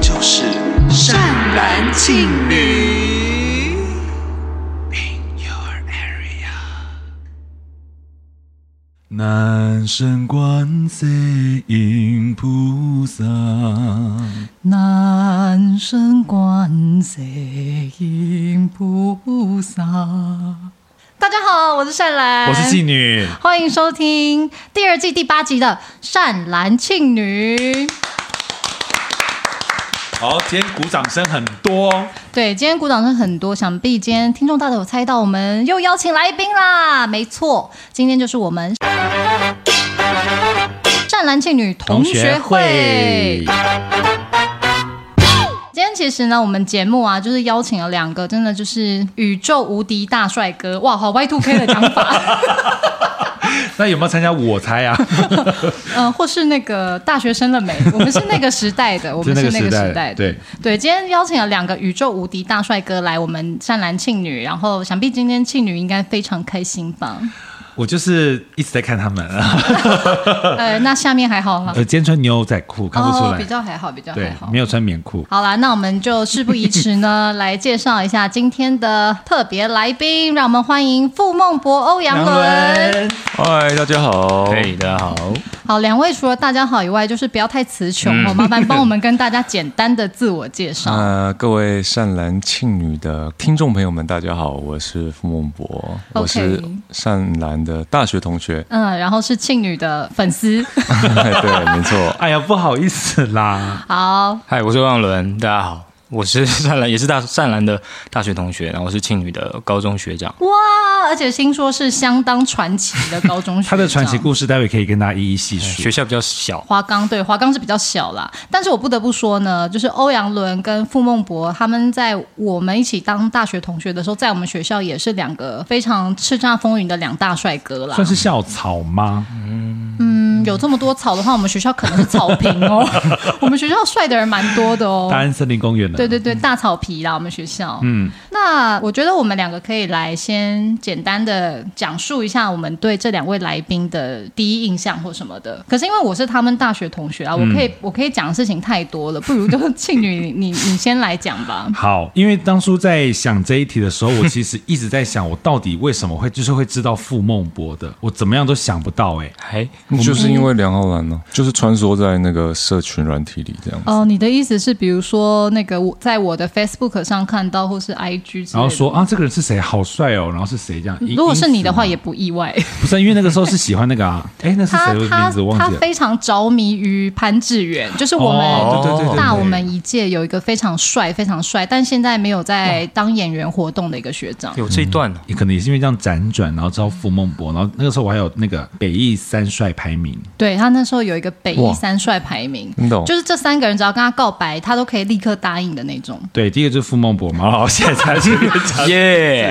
就是善男信女。In your area，南山观世音菩萨，南生观世音菩萨。大家好，我是善兰，我是妓，女，欢迎收听第二季第八集的《善兰庆女》。好，今天鼓掌声很多哦，对，今天鼓掌声很多，想必今天听众大家有猜到，我们又邀请来宾啦。没错，今天就是我们善男信女同学会。今天其实呢，我们节目啊，就是邀请了两个真的就是宇宙无敌大帅哥，哇，好 Y two K 的讲 法，那有没有参加我猜啊？ 嗯、或是那个大学生了没？我们是那个时代 的，我们是那个时代的，对，对，今天邀请了两个宇宙无敌大帅哥来我们善男庆女，然后想必今天庆女应该非常开心 吧？我就是一直在看他们，呃，那下面还好啦呃，，今天穿牛仔裤看不出哦，来比，较还好，比较还对好，没。有穿棉裤。好啦，那我们就事不宜迟呢，来介绍一下今天的特别来宾，让我们欢迎傅孟博、欧阳伦。，嗨，大家好，对，大家好，好，两位除了大家好以外，就是不要太词穷嗯哦，麻烦帮我们跟大家简单的自我 介绍。啊那各位善男信女的听众朋友们，大家好，我是傅孟博 OK。我是善男的大学同学 嗯，然后是庆女的粉丝。对，没错。 哎呀，不好意思 啦，好，嗨，我是欧阳伦，大家好，我是 善兰，也是大善兰的大学同学，然后我是庆女的高中学长。哇，而且听说是相当传奇的高中学他的传奇事。故事待会可以跟大家一一细学数。校比较小，华冈对华冈是比较小啦，但是我不得不说呢，就是欧阳伦跟傅孟博他们在我们一起当大学同学的时候，在我们学校也是两个非常叱咤风云的两大帅哥啦算。是校草吗？嗯，有这么多草的话，我们学校可能是草坪 哦，我们学校帅的人蛮多的哦大。安森林公园的，对对对，大草皮啦，我们学校。嗯，那我觉得我们两个可以来先简单的讲述一下我们对这两位来宾的第一印象或什么的。可是因为我是他们大学同学嗯啊，我可以、我可以讲的事情太多了，不如就庆女你你你先来讲 吧。好，因为当初在想这一题的时候，我其实一直在想，我到底为什么会就是会知道傅孟博的，我怎么样都想不到 哎、还就是因为梁浩然呢、就是穿梭在那个社群软体里这样子。哦，你的意思是，比如说那个我在我的 Facebook 上看到，或是 IG 之然后说，啊，这个人是谁，好帅哦，然后是谁这样。如果是你的话，因也不意外。此 不是因为那个时候是喜欢那个 啊，哎，那是他谁的他名字我他忘记了。非常着迷于潘志远，就是我们、哦对对对对对大我们一届有一个非常帅、非常帅，但现在没有在当演员活动的一个学长。有这一段呢、哦也可能也是因为这样辗转，然后知道傅孟博，然后那个时候我还有那个北艺三帅排名，对他那时候有一个北一三帅排名，你哦懂就是这三个人只要跟他告白，他都可以立刻答应的那种。对，第一个就是傅孟博嘛，然后现在 才这边嗯讲，耶、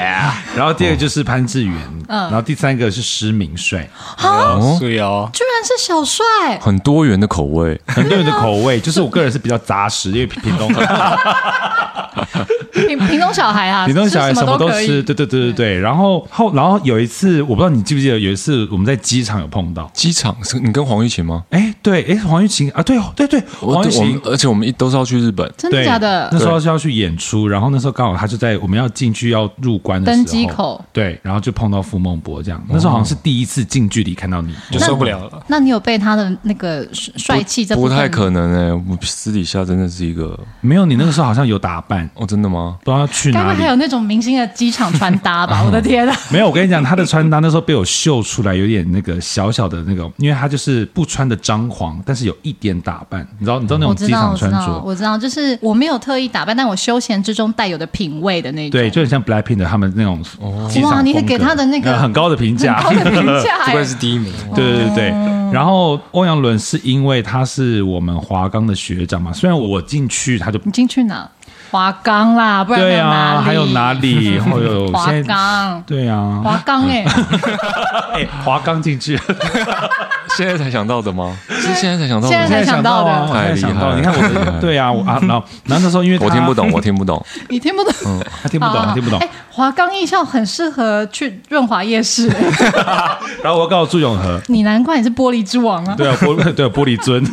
然后第二个就是潘志远，嗯然后第三个是施明帅，对哦，居然是小帅，很多元的口味，很多人的口味，就是我个人是比较杂食，因为屏 东啊屏屏东小 孩啊，屏东小孩吃什什么么都可以吃，对对对对对。然后后然后有一次，我不知道你记不记得，有一次我们在机场有碰到，机场是你跟黄玉琴吗？哎对，哎黄玉琴啊，对对对，我黄玉我们琴。而且我们一都是要去日本，真的对假的那？时候是要去演出，然后那时候刚好他就在我们要进去要入关的时候登机口，哦对，然后就碰到傅孟博这样。那时候好像是第一次近距离看到你，就受不了了。那你有被他的那个帅帅气这部不分太吗可能哎、我私底下真的是一个没有你那个时候好像有打扮，哦，真的吗？不知道要去该不哪会还里。有那种明星的机场穿搭 吧？我的天啊！没有，我跟你讲，他的穿搭那时候被我秀出来，有点那个小小的那种，因为他就是不穿的张皇，但是有一点打扮，你知道，你知道那我种知机道，场我知穿道，着，我知道，就是我没有特意打扮，但我休闲之中带有的品味的那种。对，就很像 BLACKPINK 的他们那种哦机场哇你风格给他的那个呃很高的评 价，很高的评价不哎愧是第一名，对对对对，然后欧阳伦是因为他是我们华冈的学长嘛，虽然我进去他就你进去哪？华冈啦，不然对啊，还还有有哪哪 里？里？还有华现在冈， 对啊，华冈哎，哎，华冈进去，现在才想到的吗？是现在才想到现的在才吗？想到的现在想到，太你厉看害了我的，对啊，我啊，然后然后那时候因为他我听不，懂，我听不懂。你听不懂，他嗯听不懂，好他听不懂哎。，华冈艺校很适合去润华夜市， 然后我告诉朱永 和，你难怪你是玻璃之王啊！对啊，玻 对啊玻璃樽。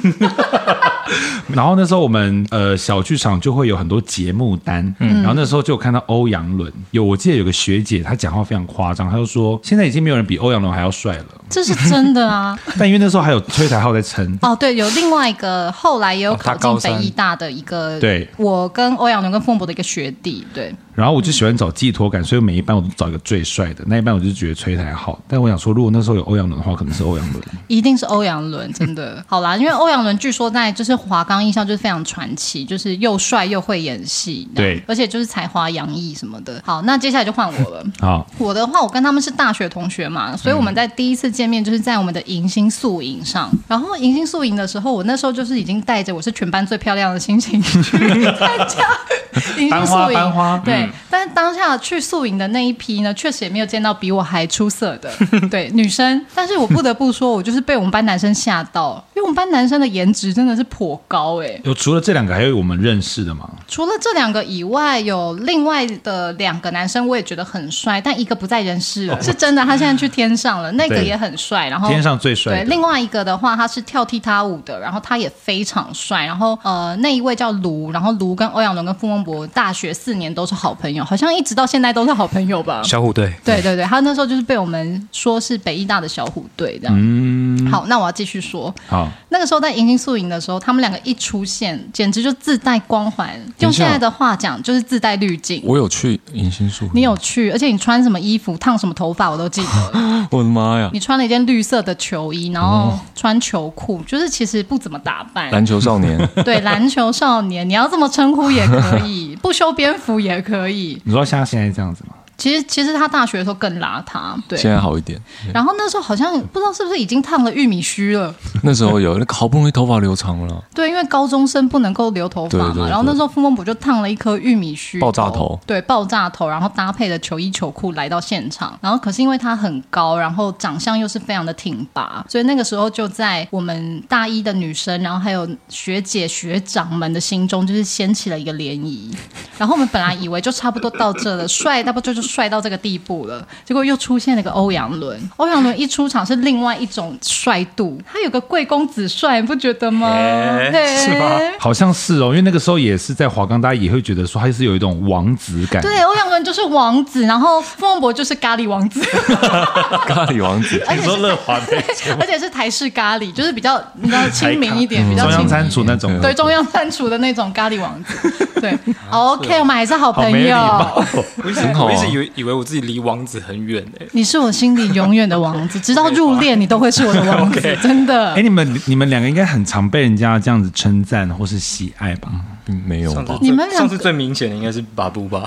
然后那时候我们呃小剧场就会有很多节目单，嗯然后那时候就有看到欧阳伦，有我记得有个学姐她讲话非常夸张，她就说现在已经没有人比欧阳伦还要帅 了，这是真的啊！ 但因为那时候还有崔台浩在撑， 哦，对，有另外一个后来也有考哦他高进三北医大的一个，对我跟欧阳龙跟凤博的一个学弟，对，然后我就喜欢找寄托感，所以每一班我都找一个最帅的，那一班我就觉得崔台浩，但我想说如果那时候有欧阳伦的话，可能是欧阳伦。一定是欧阳伦，真的。好啦，因为欧阳伦据说在就是华冈艺校就是非常传奇，就是又帅又会演戏，对而且就是才华洋溢什么的。好，那接下来就换我了。好，我的话，我跟他们是大学同学嘛，所以嗯我们在第一次见面就是在我们的迎新宿营上。然后迎新宿营的时候，我那时候就是已经带着我是全班最漂亮的心情去参加 迎新班宿花营。班花嗯对，但是当下去宿营的那一批呢，确实也没有见到比我还出色的 对女生。但是我不得不说，我就是被我们班男生吓到，因为我们班男生的颜值真的是颇高哎、有除了这两个，还有我们认识的吗？除了这两个以外，有另外的两个男生，我也觉得很帅，但一个不在人世了，是真的，他现在去天上了，那个哦 对也很帅，然后天上最帅哦对，的另外一个的话，他是跳踢踏舞的，然后他也非常帅，然后呃，那一位叫卢，然后卢跟欧阳龙跟傅孟博大学四年都是好朋友，好像一直到现在都是好朋友吧。小虎队，对对对，他那时候就是被我们说是北医大的小虎队这样。嗯，好，那我要继续说。好，那个时候在迎新宿营的时候，他们两个一出现，简直就自带光环。用现在的话讲，就是自带滤镜。我有去迎新树，你有？去，而且你穿什么衣服、烫什么头发，我都记得。 我的 妈呀！你穿了一件绿色的球衣，然后穿球裤，就是其实不怎么打扮。篮球少年，对，篮球少年，你要这么称呼也可以，不修边幅也可以。你说像现在这样子吗？其实，其实他大学的时候更邋遢，对。现在好一点。然后那时候好像不知道是不是已经烫了玉米须了，那时候有，那个好不容易头发留长 了，对，因为高中生不能够留头发嘛，对对对然后那时候傅孟博就烫了一颗玉米须，爆炸头对，爆炸头，然后搭配的球衣球裤来到现场，然后可是因为他很高，然后长相又是非常的挺拔，所以那个时候就在我们大一的女生，然后还有学姐学长们的心中，就是掀起了一个涟漪。然后我们本来以为就差不多到这了，帅大不就就帅到这个地步了，结果又出现了一个欧阳伦，欧阳伦一出场是另外一种帅度，他有个贵公子帅，你不觉得吗？哎嘿是吗好像是哦，因为那个时候也是在华冈，大家也会觉得说他是有一种王子感。对，欧阳伦就是王子，然后傅孟博就是咖喱王子， 咖喱王子。你说乐华那一种而且是台式咖喱，就是比较你知道亲民一点，比较嗯中亲央民餐厨那种，对中央餐厨的那种咖喱王子。 对，OK，我们还是好哦好朋没礼友。貌。我一直很好啊哎我一直以为以为我自己离王子很远哎诶、你是我心里永远的王子，直到入殓你都会是我的 王子，真的 哎，。你们你们两个应该很常被人家这样子称赞或是喜爱吧？嗯没有上次吧？最你们两个上次最明显的应该是巴布吧？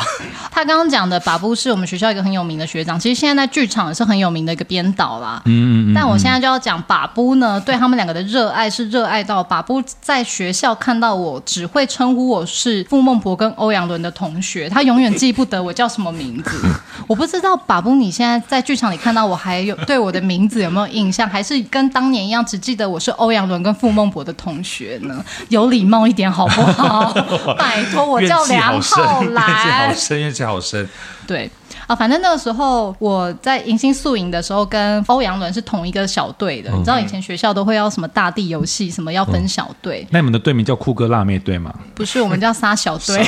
他刚刚讲的把布是我们学校一个很有名的学长，其实现在在剧场也是很有名的一个编导啦。嗯嗯但我现在就要讲把布呢，对他们两个的热爱是热爱到把布在学校看到我只会称呼我是傅孟博跟欧阳伦的同学，他永远记不得我叫什么 名字。我不知道把布你现在在剧场里看到我还有对我的名字有没有印象，还是跟当年一样只记得我是欧阳伦跟傅孟博的同学呢？有礼貌一点好不 好？拜托，我怨叫气梁好深，浩怨气好然。深，怨气好深。对啊，反正那个时候我在迎新宿营的时候，跟欧阳伦是同一个小队嗯的。你知道以前学校都会要什么大地游戏，什么要分小队，那你们的队名叫酷哥辣妹队吗？不是我们叫杀小队。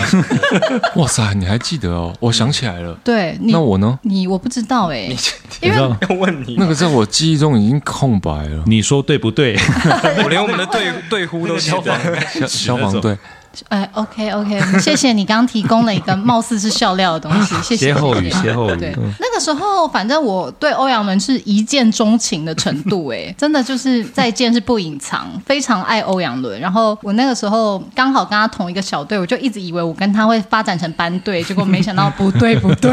哇塞，你还记得哦？我想起来了，对你，那我呢？你我不知道 哎、因你知为道要问你那，个在我记忆中已经空白了。 你说对不对？我连我们的队队呼都记得。消消防队，哎，OK OK，谢谢你刚刚提供了一个貌似是笑料的东西，谢谢。歇后语，谢谢歇后对语。，嗯那个时候反正我对欧阳伦是一见钟情的程度、哎， 真的就是再见是不隐藏，非常爱欧阳伦。然后我那个时候刚好跟他同一个小队，我就一直以 为我跟他会发展成班队，结果没想到不对不对。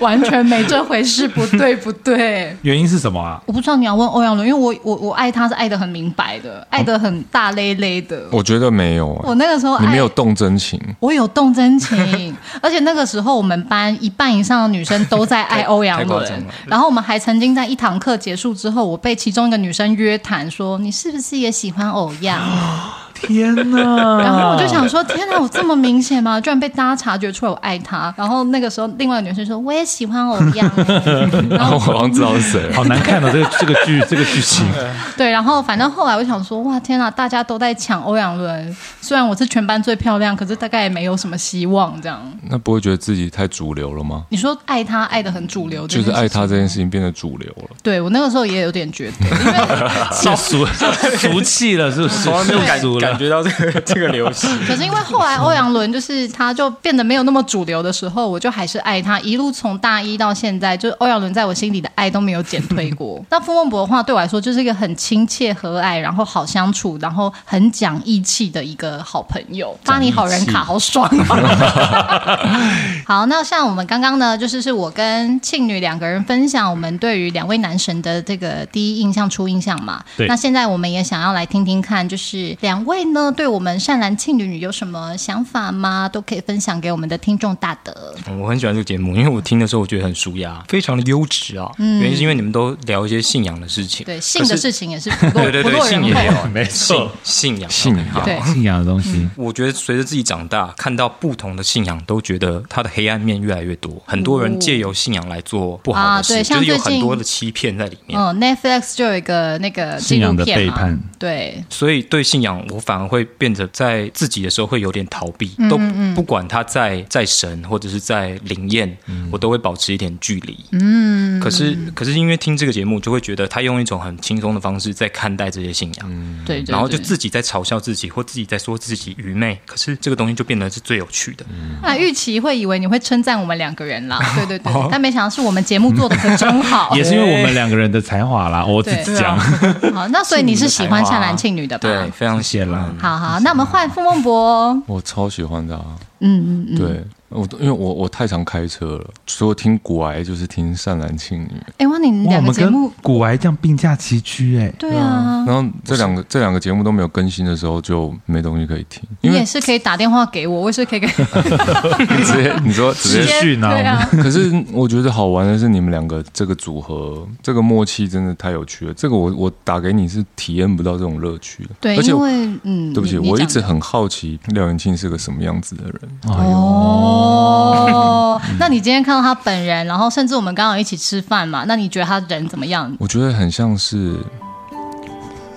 完全没这回事，不对不对。原因是什么啊？我不知道你要问欧阳伦，因为我我我爱他是爱的很明白的，爱的很大咧咧的。我觉得没有、我啊，那个时候哦你爱没有动 真情，我有动真 情，而且那个时候我们班一半以上的女生都在爱欧阳太夸张伦了，然后我们还曾经在一堂课结束之后，我被其中一个女生约谈说：“你是不是也喜欢偶 像？”天哪！然后我就想说：“天哪，我这么明显吗？居然被大家察觉出来我爱他。”然后那个时候，另外一个女生说：“我也喜欢偶 像。”然 后我好像知道是谁 了。好难看的、哦这个这个剧这个剧情，对，然后反正后来我想说，哇，天哪，大家都在抢欧阳伦，虽然我是全班最漂亮，可是大概也没有什么希望这样。那不会觉得自己太主流了吗？你说爱他爱的很主流，就是爱他这件事情件事情变得主流了。对我那个时候也有点觉得， 是俗俗气了，是不是？从来没有世感俗感了。觉到这个这个流行。可是因为后来欧阳伦就是他就变得没有那么主流的时候，我就还是爱他，一路从大一到现在，就是欧阳伦在我心里的爱都没有减退过。那傅孟博的话对我来说就是一个很亲切和蔼，然后好相处，然后很讲义气的一个好朋友。发你好人卡好爽、啊好，那像我们刚刚呢，就是是我跟庆女两个人分享我们对于两位男神的这个第一印象、初印象嘛。对那现在我们也想要来听听看，就是两位呢对我们善男庆女有什么想法吗？都可以分享给我们的听众大德。我很喜欢这个节目，因为我听的时候我觉得很舒压，非常的优质啊。原因是因为你们都聊一些信仰的事情，嗯对性的可是事情也是不落 对对不对，落人信也后。有，没信错信仰信仰 OK，好对信仰的东西，我觉得随着自己长大，看到不同的信仰，都觉得它的黑暗面越来越多。很多人借由信仰来做不好哦啊的事，对像就是有最近很多的欺骗在里面。嗯，Netflix 就有一个那个纪信录仰的片背嘛，叛。对，所以对信仰，我反而会变得在自己的时候会有点逃避，嗯都不管他在在神或者是在灵验，嗯我都会保持一点距离。嗯，可是可是因为听这个节目，就会觉得他用一种很轻松的方式在看待这些信仰，嗯对对对，然后就自己在嘲笑自己，或自己在说自己愚昧。可是这个东西就变得是最有趣的。那啊玉琪会以为你会称赞我们两个人啦，对对对，哦但没想到是我们节目做的可真好。 也是因为我们两个人的才华啦，我自己对讲。好，那所以你是喜欢善男信女的吧？对，非常谢喜谢啦欢。好好，那我们换傅孟博。我超喜欢他、嗯嗯嗯。对我因为我我太常开车了，除了听古癌就是听善男信女。哎，哇，你哇，们我两个们节跟目，古玩这样并驾齐驱哎、对啊，然后这两个这两个节目都没有更新的时候，就没东西可以听，你因也为是可以打电话给我，我也是可以给 你直接 你说直直接接。讯啊对啊，可是我觉得好玩的是你们两个这个组合，这个默契真的太有趣了。这个我我打给你是体验不到这种乐趣的。对，而且因为嗯，对不起，你我一。直你讲很好奇廖元庆是个什么样子的人。啊哎哎哦， 那你今天看到他本人，然后甚至我们刚好一起吃饭嘛，那你觉得他人怎么样？我觉得很像是，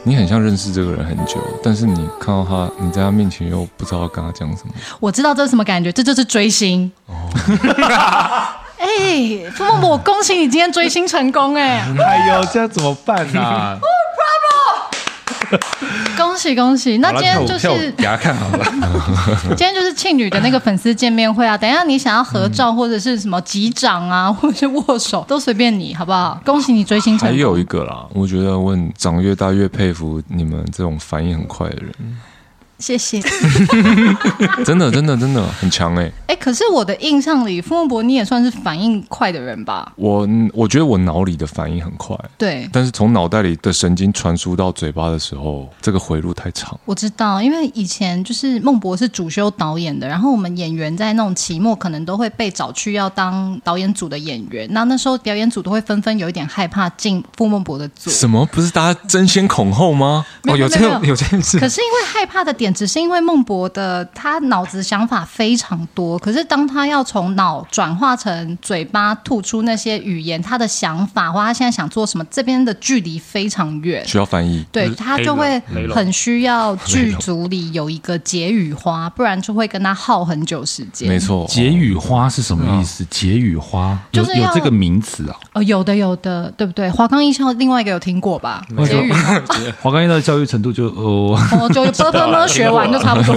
你很像认识这个人很久，但是你看到他，你在他面前又不知道跟他讲什么。我知道这是什么感觉，这就是追星。哦 哎、傅孟博，我恭喜你今天追星成功哎、哎呦，这样怎么办 啊？恭喜恭喜！那好了今天跳舞就跳舞是给他看好了。 今天就是庆女的那个粉丝见面会啊，等一下你想要合照或者是什么击掌啊， 或者是握手，都随便你，好不好？恭喜你追星成还功。有一个啦，我觉得我很长越大越佩服你们这种反应很快的人，谢谢。真的真的真的很强哎、哎，可是我的印象里，傅孟博你也算是反应快的人吧？我嗯我觉得我脑里的反应很快，对，但是从脑袋里的神经传输到嘴巴的时候，这个回路太长。我知道，因为以前就是孟博是主修导演的，然后我们演员在那种期末可能都会被找去要当导演组的演员，那那时候表演组都会纷纷有一点害怕进傅孟博的组。什么？不是大家争先恐后吗？没哦，有这没有有这 件事可，是因为害怕的点，只是因为孟博的他脑子想法非常多，可是当他要从脑转化成嘴巴吐出那些语言，他的想法或他现在想做什么，这边的距离非常远。需要翻译。对他就会很需要剧组里有一个结语花，不然就会跟他耗很久时间。没，错，解语花是什么意思？解语花有就是要有这个名词啊？哦，有的有的，对不对？华冈艺校另外一个有听过吧？有结语花，华冈一的教育程度就哦， 哦，就 b u r 学完就差不多。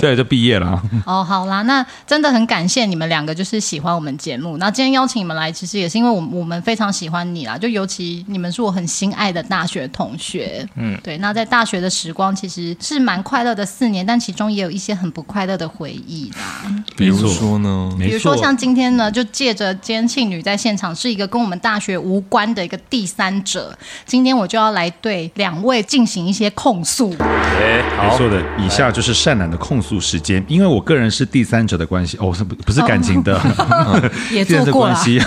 对，就毕业了啊。哦，好啦，那真的很感谢你们两个，就是喜欢我们节目。那今天邀请你们来，其实也是因为我们我们非常喜欢你啦，就尤其你们是我很心爱的大学同学。嗯，对。那在大学的时光其实是蛮快乐的四年，但其中也有一些很不快乐的回忆啦。比如没错说呢，没比如错说像今天呢，就借着监庆女在现场是一个跟我们大学无关的一个第三者，今天我就要来对两位进行一些控诉。哎，没好，错的，以下就是善男的控诉时间，因为我个人是第三者的关系，哦，是不不是感情的，哦 也第做三者过关啦，系，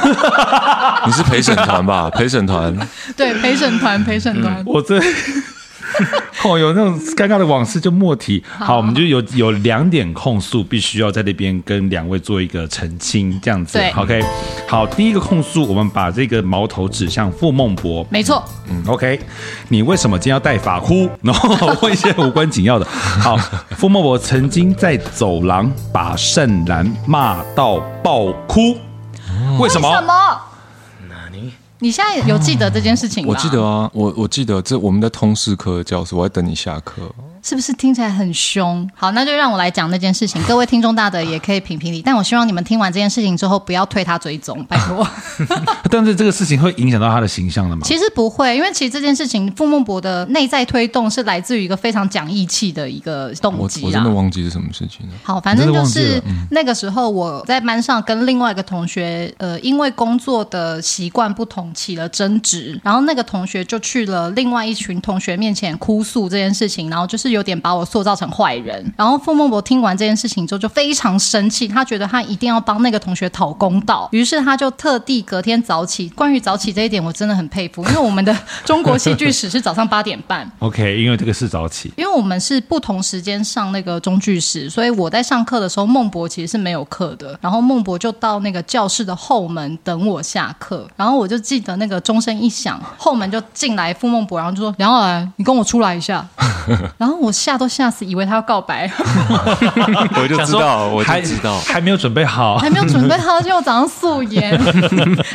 你是陪审团吧？陪审团，对陪审团，陪审团。我 这。哦，有那种尴尬的往事就莫提。好，我们就有有两点控诉，必须要在那边跟两位做一个澄清，这样子对。 OK，好，第一个控诉，我们把这个矛头指向傅孟博。没错，嗯，OK，你为什么今天要戴发箍？ 然后问一些无关紧要的。好，傅莫博曾经在走廊把善男骂到爆哭，为什么？什么？你现在有记得这件事情吗？我记得啊，我我记得这我们在通识科的教室，我在等你下课。是不是听起来很凶？好，那就让我来讲那件事情。各位听众大德也可以评评理，但我希望你们听完这件事情之后，不要推他追踪，拜 托。但是这个事情会影响到他的形象的嘛？其实不会，因为其实这件事情，傅孟博的内在推动是来自于一个非常讲义气的一个我动我机真的啊。忘记是什么事情了。好，反正嗯你真的就忘记是了嗯那个时候我在班上跟另外一个同学，呃，因为工作的习惯不同起了争执，然后那个同学就去了另外一群同学面前哭诉这件事情，然后就是有点把我塑造成坏人。然后傅孟博听完这件事情之后就非常生气，他觉得他一定要帮那个同学讨公道，于是他就特地隔天早起。关于早起这一点，我真的很佩服，因为我们的中国戏剧史是早上八点半， OK，因为这个是早起。因为我们是不同时间上那个中剧室，所以我在上课的时候，孟博其实是没有课的。然后孟博就到那个教室的后门等我下课，然后我就记得那个钟声一响，后门就进来傅孟博，然后就说：“梁浩然，你跟我出来一下。” 然后我吓都吓死，以为他要告白， 我就知道，我就还知道。还没有准备好。还没有准备好，结果早上素 颜，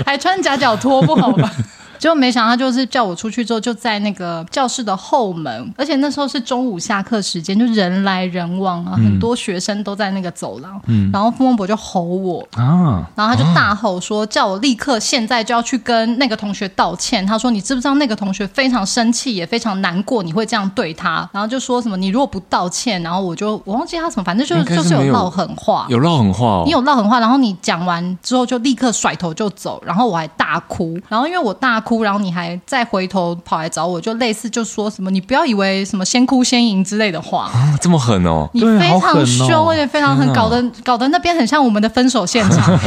还穿夹脚拖，不好吧？结果没想到，他就是叫我出去之后，就在那个教室的后门，而且那时候是中午下课时间，就人来人往嗯啊，很多学生都在那个走廊。然后傅孟博就吼我，啊，然后他就大吼说：“叫我立刻现在就要去跟那个同学道歉。”他说：“你知不知道那个同学非常生气，也非常难过，你会这样对他？”然后就说什么：“你如果不道歉，然后我就我忘记他什么，反正就应该是就是有没有唠狠话，有绕狠话哦你，有唠狠话，然后你讲完之后就立刻甩头就走，然后我还大哭，然后因为我大哭，然后你还再回头跑来找我，就类似就说什么你不要以为什么先哭先赢之类的话，啊 这么狠哦！你对非好狠哦常凶，而且非常狠，搞得搞得那边很像我们的分手现 场。啊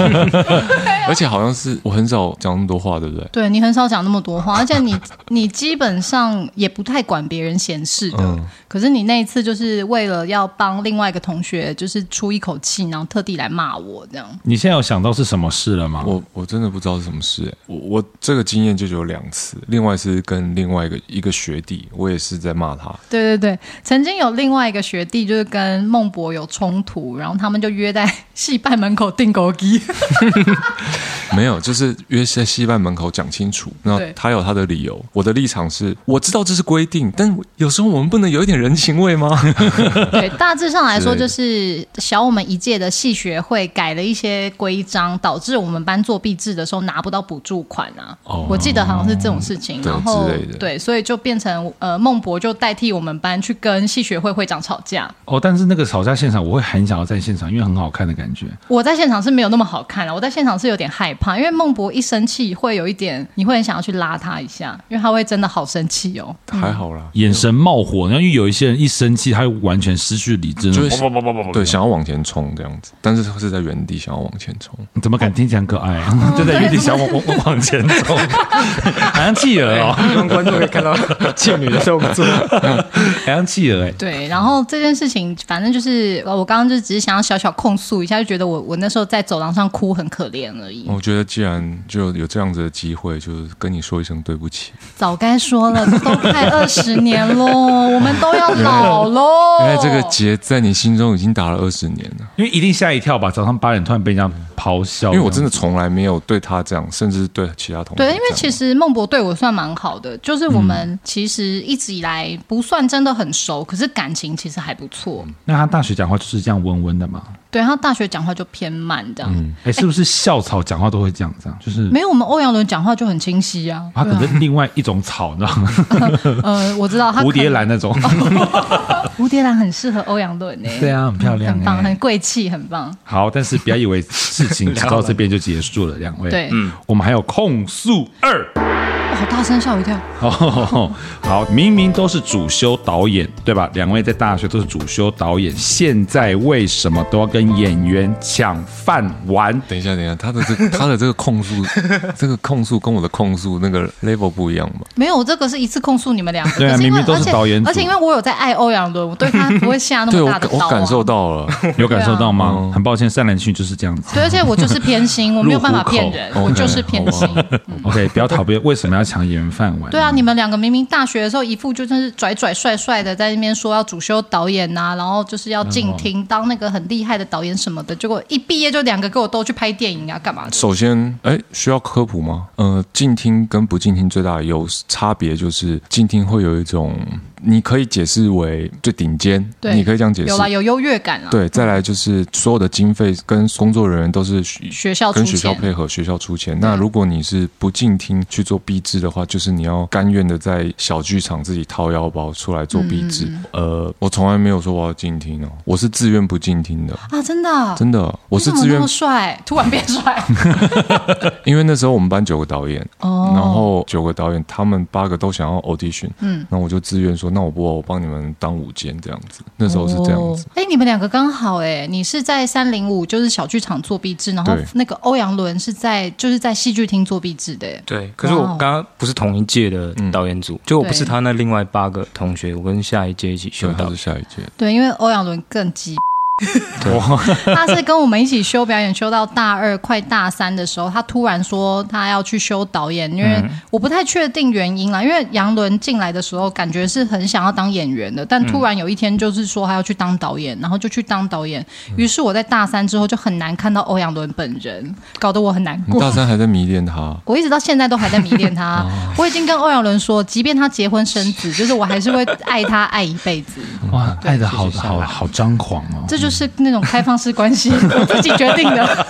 而且好像是我很少讲那么多话，对不对？对你很少讲那么多话，而且你你基本上也不太管别人闲事的。嗯可是你那一次就是为了要帮另外一个同学，就是出一口气，然后特地来骂我这样。你现在有想到是什么事了吗？我我真的不知道是什么事、欸我我这个经验就只有两次，另外是跟另外一个一个学弟，我也是在骂他，对对对，曾经有另外一个学弟就是跟孟博有冲突，然后他们就约在戏办门口订狗 鸡。没有，就是约在戏办门口讲清楚。那对他有他的理由，我的立场是我知道这是规定，但有时候我们不能有一点人情味吗？对，大致上来说之类的就是小我们一届的系学会改了一些规章，导致我们班作弊制的时候拿不到补助款啊。我记得好像是这种事情，哦对然后之类的对，所以就变成呃孟博就代替我们班去跟系学会会长吵架。哦，但是那个吵架现场，我会很想要在现场，因为很好看的感觉。我在现场是没有那么好看了，我在现场是有点害怕，因为孟博一生气会有一点，你会很想要去拉他一下，因为他会真的好生气哦。还好啦，眼神冒火，然后因为有一些人一生气，他会完全失去理智，就是那种对，想要往前冲这样子，但是是在原地想要往前冲。怎么敢听起来很可爱啊？ 就在原地想往往往前走，好像企鹅哦，希望观众可以看到 倩女的动作。好像企鹅哎。对，然后这件事情，反正就是呃我刚刚就只是想要小小控诉一下，就觉得我我那时候在走廊上哭很可怜而已，我觉得既然就有这样子的机会，就是跟你说一声对不起。早该说了，这都快二十年喽，我们都要老喽。原来这个结在你心中已经打了二十年了。因为一定吓一跳吧，早上八点突然被人家咆哮，因为我真的的从来没有对他这样，甚至对其他同学对，这样。因为其实孟博对我算蛮好的，就是我们其实一直以来不算真的很熟，可是感情其实还不错。那他大学讲话就是这样温温的嘛？对他大学讲话就偏慢这样，哎，是不是校草讲话都会这样子啊？就是没有我们欧阳伦讲话就很清晰啊。他可能另外一种草，你知道吗？呃，我知道 他蝴蝶可能兰那种。蝴蝶兰很适合欧阳伦诶、对啊，很漂亮很哎棒，很贵气，很棒。好，但是不要以为事情讲到这边就结束了，两位。嗯对，我们还有控诉二。哇好大声，吓我一跳。哦， 好，明明都是主修导演，对吧？两位在大学都是主修导演，现在为什么都要跟演员抢饭碗？ 等一下，等一下，他的这个他的这个控诉， 这个控诉跟我的控诉那个 level 不一样嘛？没有，这个是一次控诉你们两 个。对啊可是因明为明都是而且导演组而且因为我有在爱欧阳伦，我对他不会下那对么我大的感刀、啊我感受到 了，有感受到吗？对啊很抱歉，善男信就是这样子。对，而且我就是偏心，我没有办法骗人入，虎口我就是偏心。 OK，不要讨论为什么要抢演员饭碗。对啊，你们两个明明大学的时候一副就真是拽拽帅帅的，在那边说要主修导演呐、然后就是要进厅当那个很厉害的导演什么的，结果一毕业就两个给我都去拍电影啊，干嘛的？首先，哎，需要科普吗？呃，静听跟不静听最大的优势差别就是，静听会有一种，你可以解释为最顶尖，对你可以这样解释有。啦，有优越感啦。对，再来就是所有的经费跟工作人员都是学学校出跟学校钱，配合，学校出钱。那如果你是不进厅去做逼制的话，就是你要甘愿的在小剧场自己掏腰包出来做逼嗯制。呃，我从来没有说我要进厅哦，我是自愿不进厅的，啊，真的啊，真的，我是你怎么自那愿么，帅，突然变 帅因为那时候我们班九个导演，哦，然后九个导演他们八个都想要 audition，嗯，那我就自愿说，那我不，我帮你们当舞监这样子，那时候是这样子。哦。哎、你们两个刚好哎、你是在三零五就是小剧场做壁纸，然后对那个欧阳伦是在就是在戏剧厅做壁纸的、哎对，可是我哇哦嗯刚刚不是同一届的导演组，就我不是对他那另外八个同学，我跟下一届一起修对，他导是。下一届，对，因为欧阳伦更急。 他是跟我们一起修表演，修到大二快大三的时候，他突然说他要去修导演，因为我不太确定原因啦。因为杨伦进来的时候，感觉是很想要当演员的，但突然有一天就是说他要去当导演，然后就去当导演。于是我在大三之后就很难看到欧阳伦本人，搞得我很难你过大。三还在迷恋他，我一直到现在都还在迷恋他。我已经跟欧阳伦说，即便他结婚生子，就是我还是会爱他爱一辈子。哇，爱的好谢谢好善男好张狂哦！这就是那种开放式关系，我自己决定的。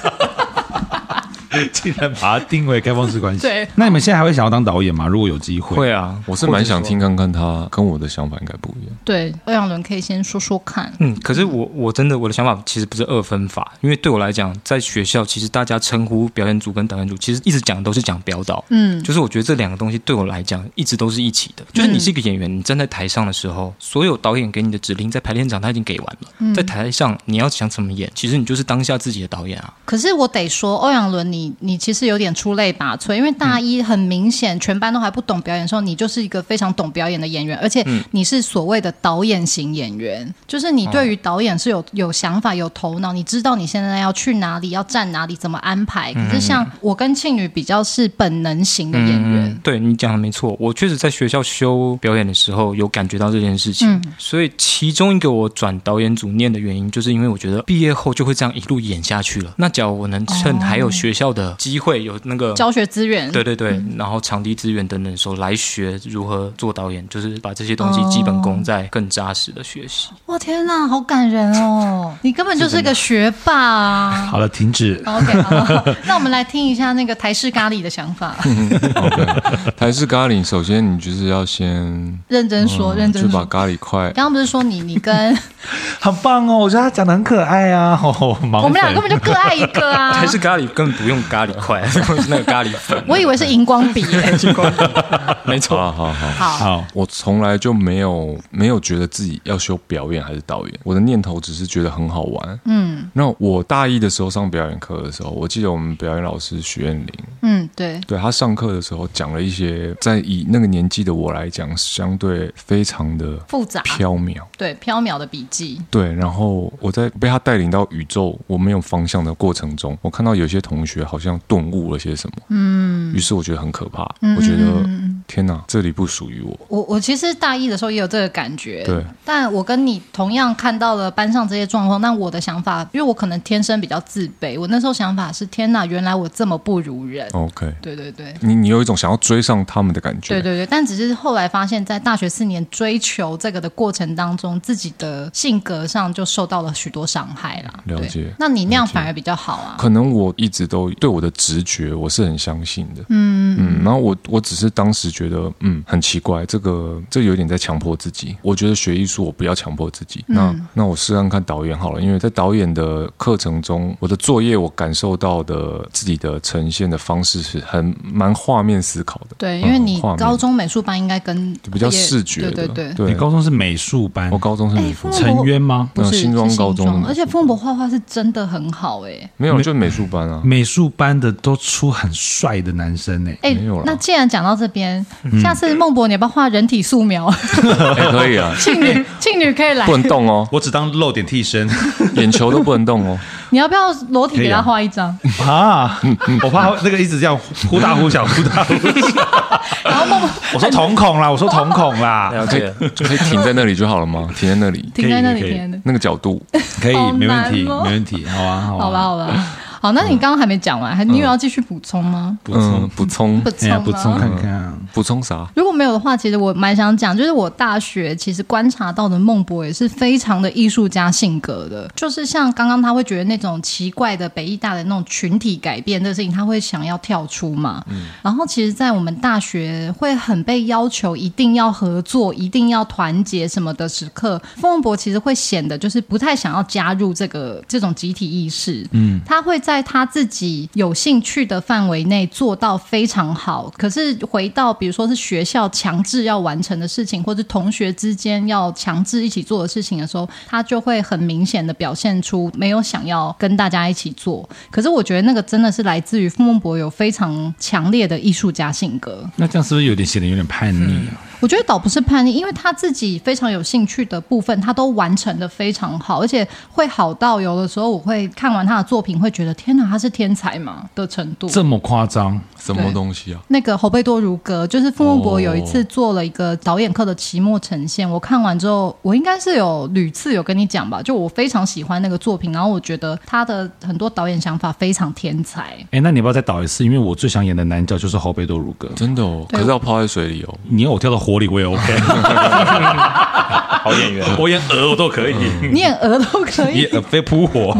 竟然把它定为开放式关系。对，那你们现在还会想要当导演吗？如果有机会，会啊，我是蛮想听看看他跟我的想法应该不一样。对，欧阳伦可以先说说看。嗯，可是我我真的我的想法其实不是二分法，因为对我来讲，在学校其实大家称呼表演组跟导演组，其实一直讲都是讲表导，嗯，就是我觉得这两个东西对我来讲一直都是一起的。就是你是一个演员，你站在台上的时候，所有导演给你的指令在排练场他已经给完嗯了，在台上你要想怎么演，其实你就是当下自己的导演啊。可是我得说，欧阳伦你，你其实有点出类拔萃，因为大一很明显，全班都还不懂表演的时候，你就是一个非常懂表演的演员，而且你是所谓的导演型演员，就是你对于导演是有有想法、有头脑，你知道你现在要去哪里、要站哪里、怎么安排。可是像我跟庆女比较是本能型的演员，对你讲的没错，我确实在学校修表演的时候有感觉到这件事情，嗯所以其中一个我转导演组念的原因，就是因为我觉得毕业后就会这样一路演下去了。那假如我能趁还有学校的机会，有那个。教学资源。对对对，然后场地资源等等的时候来学如何做导演，就是把这些东西基本功再更扎实的学习。哇天哪，好感人 哦！你根本就是个学霸啊！好了，停止。 OK，好好好那我们来听一下那个台式咖喱的想法。嗯台式咖喱，首先你就是要先认真说，嗯认真就把说。咖喱 块。刚刚不是说你你 跟很棒哦，我觉得他讲的很可爱 啊。哦，我我们俩根本就各爱一个啊 还！是咖喱根本不用咖喱块， 是那个咖喱 粉。我以为是荧光笔耶。 没错，啊好好好，好，好，我从来就没有没有觉得自己要修表演还是导演，我的念头只是觉得很好玩。嗯那我大一的时候上表演课的时候，我记得我们表演老师许艳玲，嗯，对，对他上课的时候讲了一些，在以那个年纪的我来讲，相对非常的复杂，飘渺。对，缥缈的笔记，对，然后我在被他带领到宇宙我没有方向的过程中，我看到有些同学好像顿悟了些什么，嗯，于是我觉得很可怕，我觉得天哪，这里不属于我。我我其实大一的时候也有这个感觉，对。但我跟你同样看到了班上这些状况，但我的想法，因为我可能天生比较自卑，我那时候想法是：天哪，原来我这么不如人。 OK，对对对。你你有一种想要追上他们的感觉。对对对，但只是后来发现，在大学四年追求这个的过程当中，自己的性格上就受到了许多伤害啦。了对解那你那样反而比较好啊。可能我一直都对我的直觉，我是很相信的。嗯嗯，然后我我只是当时觉得，嗯，很奇怪，这个这有点在强迫自己。我觉得学艺术，我不要强迫自嗯己。那那我试看看导演好了，因为在导演的课程中，我的作业我感受到的自己的呈现的方式是很蛮画面思考的。对，嗯因为你画面高中美术班应该跟比较也视觉的，对对对。你高中是美术班我，高中是美术哎班，陈渊吗？不是没有新庄是高中的美术而且风博画画是真的很好哎、没有就美术班 啊。美术班的都出很帅的男生欸呢、哎没有啦，嗯那既然讲到这边，下次孟博你要不要画人体素 描？哎，可以啊，庆女，庆女可以来不，能动哦，我只当露点替身眼球都不能动哦。你要不要裸体可以给啊他画一张？ 啊！ 我怕那个一直这样忽大忽小，忽大忽小。 然后孟博我说瞳孔啦，我说瞳孔 啦，了啊可以解。可以停在那里就好了吗？停在那里，停在那里，可以可以停在那里。那个角度，可以好，哎没问题，难哦没问题，好 啊，好啊，好吧，好吧，好，那你刚刚还没讲完，还你有要继续补充吗？补嗯，充，补充补哎充呀，吗？补充看看。补充啥？如果没有的话，其实我蛮想讲，就是我大学其实观察到的孟博也是非常的艺术家性格的，就是像刚刚他会觉得那种奇怪的北艺大的那种群体改变的事情，他会想要跳出嘛。嗯然后其实，在我们大学会很被要求一定要合作、一定要团结什么的时刻，孟博其实会显得就是不太想要加入这个这种集体意识。嗯，他会在他自己有兴趣的范围内做到非常好，可是回到比如说是学校强制要完成的事情，或是同学之间要强制一起做的事情的时候，他就会很明显的表现出没有想要跟大家一起做。可是我觉得那个真的是来自于傅孟博有非常强烈的艺术家性格。那这样是不是有点显得有点叛逆啊？我觉得倒不是叛逆，因为他自己非常有兴趣的部分，他都完成的非常好，而且会好到有的时候我会看完他的作品，会觉得天哪，他是天才嘛的程度。这么夸张？什么东西啊？那个侯贝多如歌，就是傅孟博有一次做了一个导演课的期末呈现，我看完之后，我应该是有屡次有跟你讲吧，就我非常喜欢那个作品，然后我觉得他的很多导演想法非常天才。哎，那你要不要再导一次？因为我最想演的男角就是侯贝多鲁格。真的哦，可是要泡在水里哦。你要我跳到火里，我也 OK。好演员， 我演嗯鹅我都可以，你演鹅都可以， 你演飞扑 火。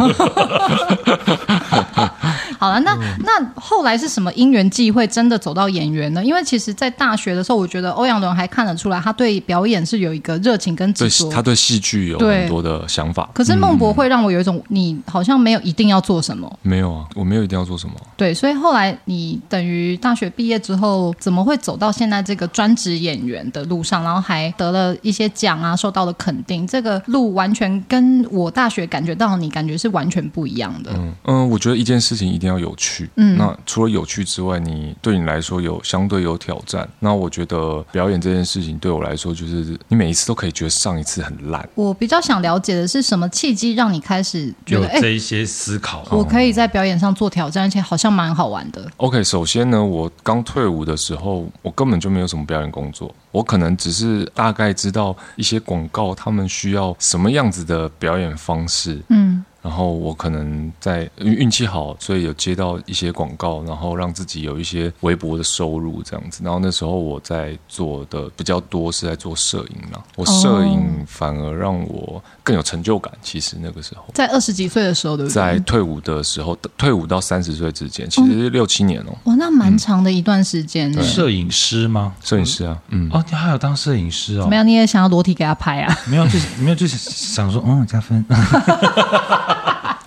好了，那嗯那后来是什么因缘际会，真的走到演员呢？因为其实，在大学的时候，我觉得欧阳伦还看得出来，他对表演是有一个热情跟对执，着。他对戏剧有对很多的想法。可是孟博会让我有一种，你好像没有一定要做什么。没有啊，我没有一定要做什么。对，所以后来你等于大学毕业之后，怎么会走到现在这个专职演员的路上，然后还得了一些奖啊，受到了肯定？这个路完全跟我大学感觉到你感觉是完全不一样的。嗯嗯，我觉得一件事情一定要有趣。嗯那除了有趣之外，你对你来说有相对有挑战。那我觉得表演这件事情对我来说，就是你每一次都可以觉得上一次很烂。我比较想了解的是，什么契机让你开始觉有得，哎、这一些思考，哦我可以在表演上做挑战，而且好像蛮好玩的。 OK，首先呢，我刚退伍的时候，我根本就没有什么表演工作，我可能只是大概知道一些广告他们需要什么样子的表演方式，嗯，然后我可能在运运气好，所以有接到一些广告，然后让自己有一些微薄的收入这样子。然后那时候我在做的比较多是在做摄影啦，我摄影反而让我更有成就感。其实那个时候。在二十几岁的时候，对不对？在退伍的时候，退伍到三十岁之间，其实六七年哦、哇，那蛮长的一段时间欸嗯呢。摄影师吗？摄影师啊，嗯，哦，你还有当摄影师哦没？有，你也想要裸体给他拍啊？没有，就是没有，就是想说，嗯，加分。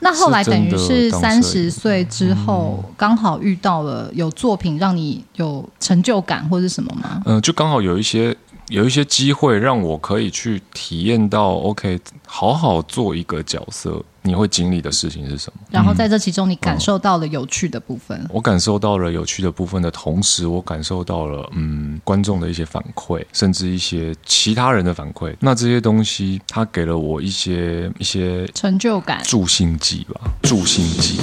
那后来是等真于的是当三摄十影岁之后，嗯刚好遇到了有作品让你有成就感或是什么吗？嗯、就刚好有一些有一些机会让我可以去体验到，OK，好好做一个角色，你会经历的事情是什么？然后在这其中，你感受到了有趣的部分。我感受到了有趣的部分的同时，我感受到了嗯观众的一些反馈，甚至一些其他人的反馈。那这些东西，它给了我一些一些成就感，助兴剂吧，助兴剂。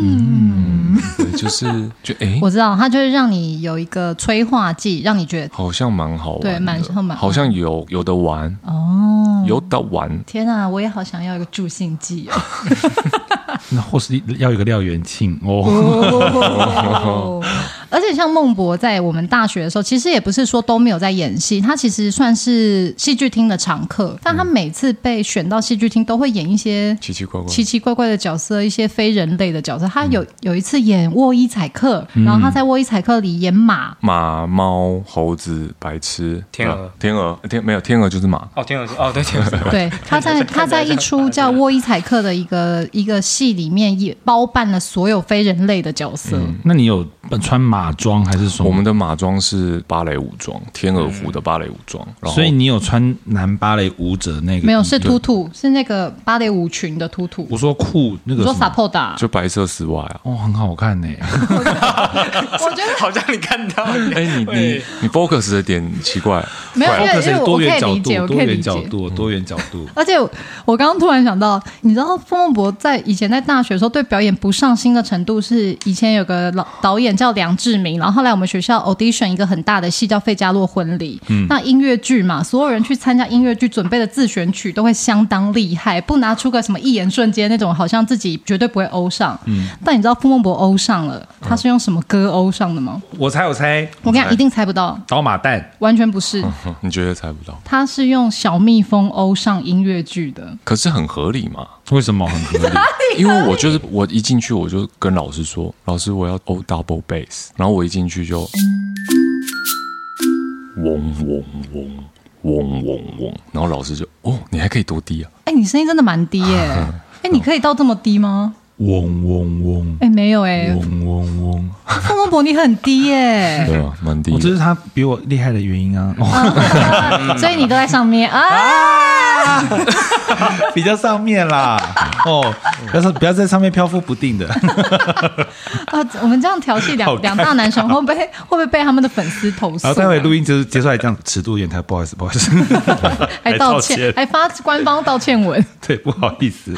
嗯，就是就哎、我知道，它就是让你有一个催化剂，让你觉得好像蛮好玩的，对蛮好蛮好像有有的玩，哦，有的玩，天哪、我也好想要一个助兴剂哦。那或是要有个廖元庆嗯哦， 而且像孟博在我们大学的时候，其实也不是说都没有在演戏，他其实算是戏剧厅的常客，但他每次被选到戏剧厅，都会演一些奇奇怪怪。奇奇怪怪的角色，一些非人类的角色。他有、有一次演沃伊采克，然后他在沃伊采克里演马，马、猫、猴子、白痴、天鹅呃天鹅、天没有天鹅就是马，哦，天鹅是哦，对，天鹅是对，他在他在一出叫《沃伊采克》的一个一个戏里面，也包办了所有非人类的角色。 那你有穿马装还是什么？我们的马装是芭蕾舞装，天鹅湖的芭蕾舞装，然嗯后所以你有穿男芭蕾舞者那个？没有，是突突，是那个芭蕾舞群的突突。嗯我说裤那你个说什么 Sapoda，就白色丝袜 啊。哦，很好看呢。我觉得好像你看到一样哎、你你喂你 focus 的点很奇怪， 没 有，因为因为我多可以元角理解，度，我多可以元理解嗯角。度，多元角度。而且我刚刚突然想到，你知道风梦博在以前在大学的时候对表演不上心的程度是，以前有个老导演叫梁志明，然后后来我们学校 audition 一个很大的戏叫《费加洛婚礼》，嗯那音乐剧嘛，所有人去参加音乐剧准备的自选曲都会相当厉害，不拿出个什么一眼瞬间那种，好像自己绝对不会欧上。嗯但你知道风梦博欧上了，他是用什么歌欧上的吗？我嗯猜，我猜，嗯我跟你讲，一定猜不到，倒马蛋完全不是。哼你觉得猜不到？他是用小蜜蜂欧上音乐剧的，可是很合理嘛，为什么很合理？因为我就是我一进去我就跟老师说，老师我要 O double bass，然后我一进去就嗡嗡嗡嗡嗡嗡，然后老师就哦，你还可以多低啊，哎、你声音真的蛮低耶、哎、你可以到这么低吗？ 嗡嗡嗡哎、没有 哎、嗡嗡嗡，凤凰博你很低耶、 对啊，蛮低哦，这的。是他比我厉害的原因啊，哦所以你都在上面啊。 比较上面啦。哦，不要是不要在上面漂浮不定的。啊，我们这样调戏好尴两尬两大男神，会不会会不会被他们的粉丝投诉、然后待会录音就是结束来这样，尺度有点太不好意思，不好意思，还道歉，还发官方道歉文。 对，不好意思。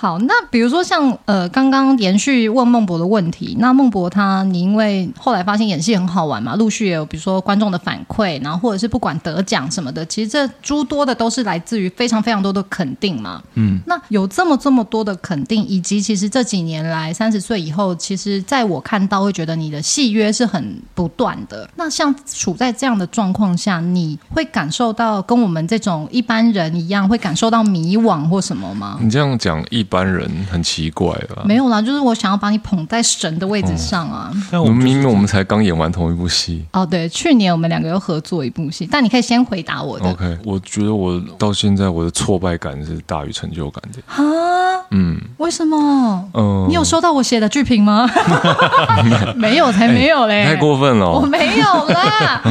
好，那比如说像呃，刚刚延续问孟博的问题，那孟博他，你因为后来发现演戏很好玩嘛，陆续也有比如说观众的反馈，然后或者是不管得奖什么的，其实这诸多的都是来自于非常非常多的肯定嘛。嗯，那有这么这么多的肯定，以及其实这几年来三十岁以后，其实在我看到会觉得你的戏约是很不断的。那像处在这样的状况下，你会感受到跟我们这种一般人一样，会感受到迷惘或什么吗？你这样讲一般人很奇怪啊啦。没有啦，就是我想要把你捧在神的位置上啊。那我我们们明明我们才刚演完同一部戏。哦，对，去年我们两个又合作一部戏，但你可以先回答我的。哦 OK，我觉得我到现在我的挫败感是大于成就感的。啊？嗯为什么？嗯，你有收到我写的剧评吗？没有，才没有嘞！太过分了我哦。没有啦。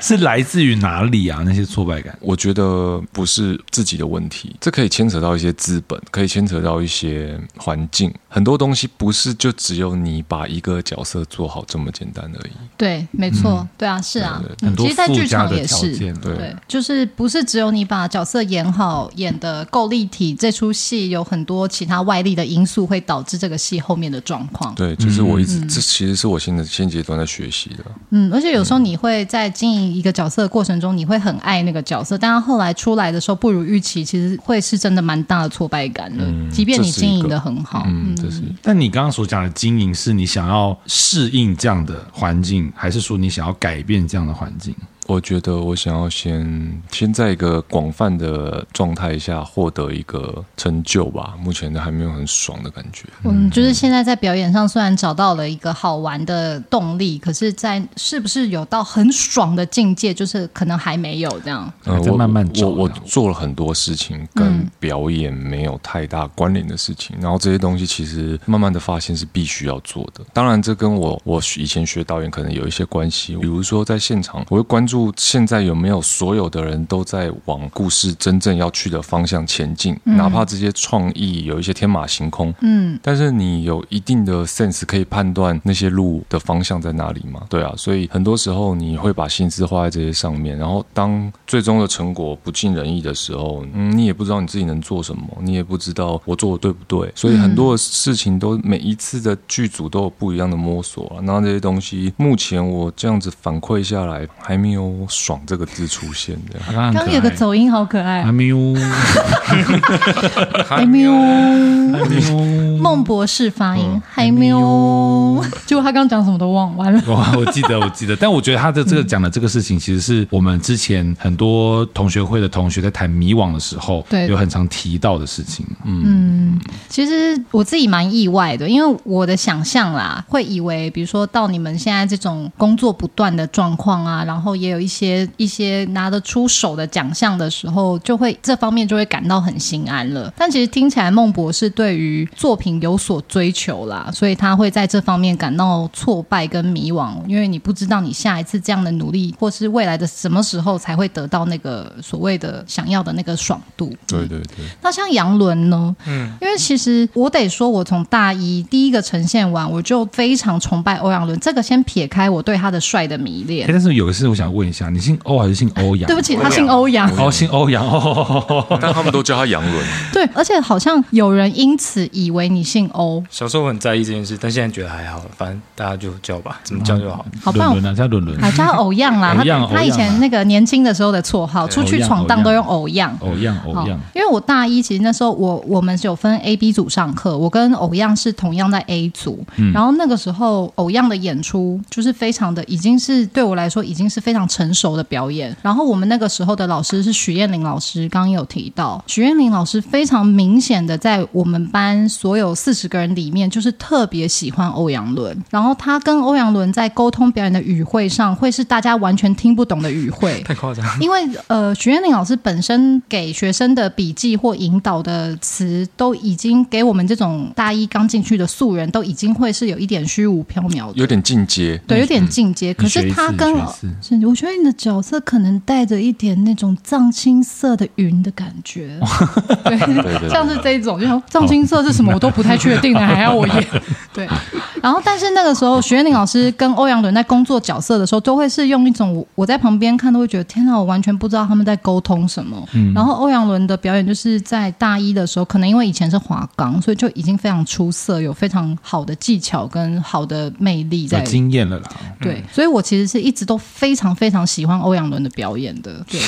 是来自于哪里啊？那些挫败感，我觉得不是自己的问题，这可以牵扯到一些资本，可以牵扯到一些环境，很多东西不是就只有你把一个角色做好这么简单而已。对，没错，对啊，是啊对。嗯很多其实，在附剧加场的也条是，件，对对，就是不是只有你把角色演好、演的够立体，这出戏有很多其他外力的因素会导致这个戏后面的状况。对，就是我一直，这其实是我现在现阶段在学习的。嗯，而且有时候你会在经营一个角色的过程中，你会很爱那个角色，但他后来出来的时候不如预期，其实会是真的蛮大的挫败感的。即便你这是一经营个的很好，嗯，这是但你刚刚所讲的经营，是你想要适应这样的环境，还是说你想要改变这样的环境？我觉得我想要先先在一个广泛的状态下获得一个成就吧，目前还没有很爽的感觉。嗯，就是现在在表演上虽然找到了一个好玩的动力，可是，在是不是有到很爽的境界，就是可能还没有这样。呃还在我慢慢找我我这样做了很多事情跟表演没有太大关联的事情，然后这些东西其实慢慢的发现是必须要做的。当然，这跟我我以前学导演可能有一些关系，比如说在现场，我会关注注现在有没有所有的人都在往故事真正要去的方向前进，哪怕这些创意有一些天马行空，嗯，但是你有一定的 sense 可以判断那些路的方向在哪里嘛？对啊，所以很多时候你会把心思花在这些上面，然后当最终的成果不尽人意的时候，嗯，你也不知道你自己能做什么，你也不知道我做的对不对，所以很多的事情都每一次的剧组都有不一样的摸索啊。那这些东西，目前我这样子反馈下来，还没有“爽”这个字出现的。刚刚很可爱刚有个走音好可爱还，没有，哎海喵，还没有。孟博士发音，海喵， 结果他刚刚讲什么都忘完 了。哇，我记得，我记得，但我觉得他的这个讲的这个事情，其实是我们之前很多同学会的同学在谈迷惘的时候，对有很常提到的事情。嗯，其实我自己蛮意外的，因为我的想象啦，会以为比如说到你们现在这种工作不断的状况啊，然后也有一些一些拿得出手的奖项的时候，就会这方面就会感到很心安了。但其实听起来孟博士对于作品有所追求啦，所以他会在这方面感到挫败跟迷惘，因为你不知道你下一次这样的努力，或是未来的什么时候才会得到那个所谓的想要的那个爽度。 对对对，那像杨伦呢？嗯，因为其实我得说，我从大一第一个呈现完，我就非常崇拜欧阳伦。这个先撇开我对他的帅的迷哎、恋。但是有个事我想问一下，你姓欧还是姓欧阳？对不起，他姓欧阳。 哦，姓 欧阳哦，但他们都叫他杨伦，对，而且好像有人因此以为你姓欧，小时候我很在意这件事，但现在觉得还好，反正大家就叫吧，怎么叫就好。好伦棒伦。啊，叫伦伦，啊，叫他偶样 啦，偶样他偶他样以前那个年轻的时候的绰号，出去闯荡都用偶样。欧阳欧阳好，因为我大一其实那时候我我们是有分 A、B 组上课，我跟偶样是同样在 A 组，然后那个时候偶样的演出就是非常的，已经是对我来说已经是非常成熟的表演。然后我们那个时候的老师是许燕玲老师，刚刚有提到，许燕玲老师非常明显的在我们班所有四十个人里面，就是特别喜欢欧阳伦，然后他跟欧阳伦在沟通表演的语汇上，会是大家完全听不懂的语汇。太夸张了，因为呃，许愿玲老师本身给学生的笔记或引导的词，都已经给我们这种大一刚进去的素人，都已经会是有一点虚无缥缈的，有点进阶。对，有点进阶。可是他跟嗯你学一次你学是我觉得你的角色可能带着一点那种藏青色的云的感 觉，对对像是这种，就像藏青色是什么，我都不太确定了，还要我演。 对，然后但是那个时候，徐彦玲老师跟欧阳伦在工作角色的时候，都会是用一种我我在旁边看都会觉得天哪，我完全不知道他们在沟通什么。嗯然后欧阳伦的表演就是在大一的时候，可能因为以前是华冈，所以就已经非常出色，有非常好的技巧跟好的魅力有在。经验了啦。嗯对，所以我其实是一直都非常非常喜欢欧阳伦的表演的。 对，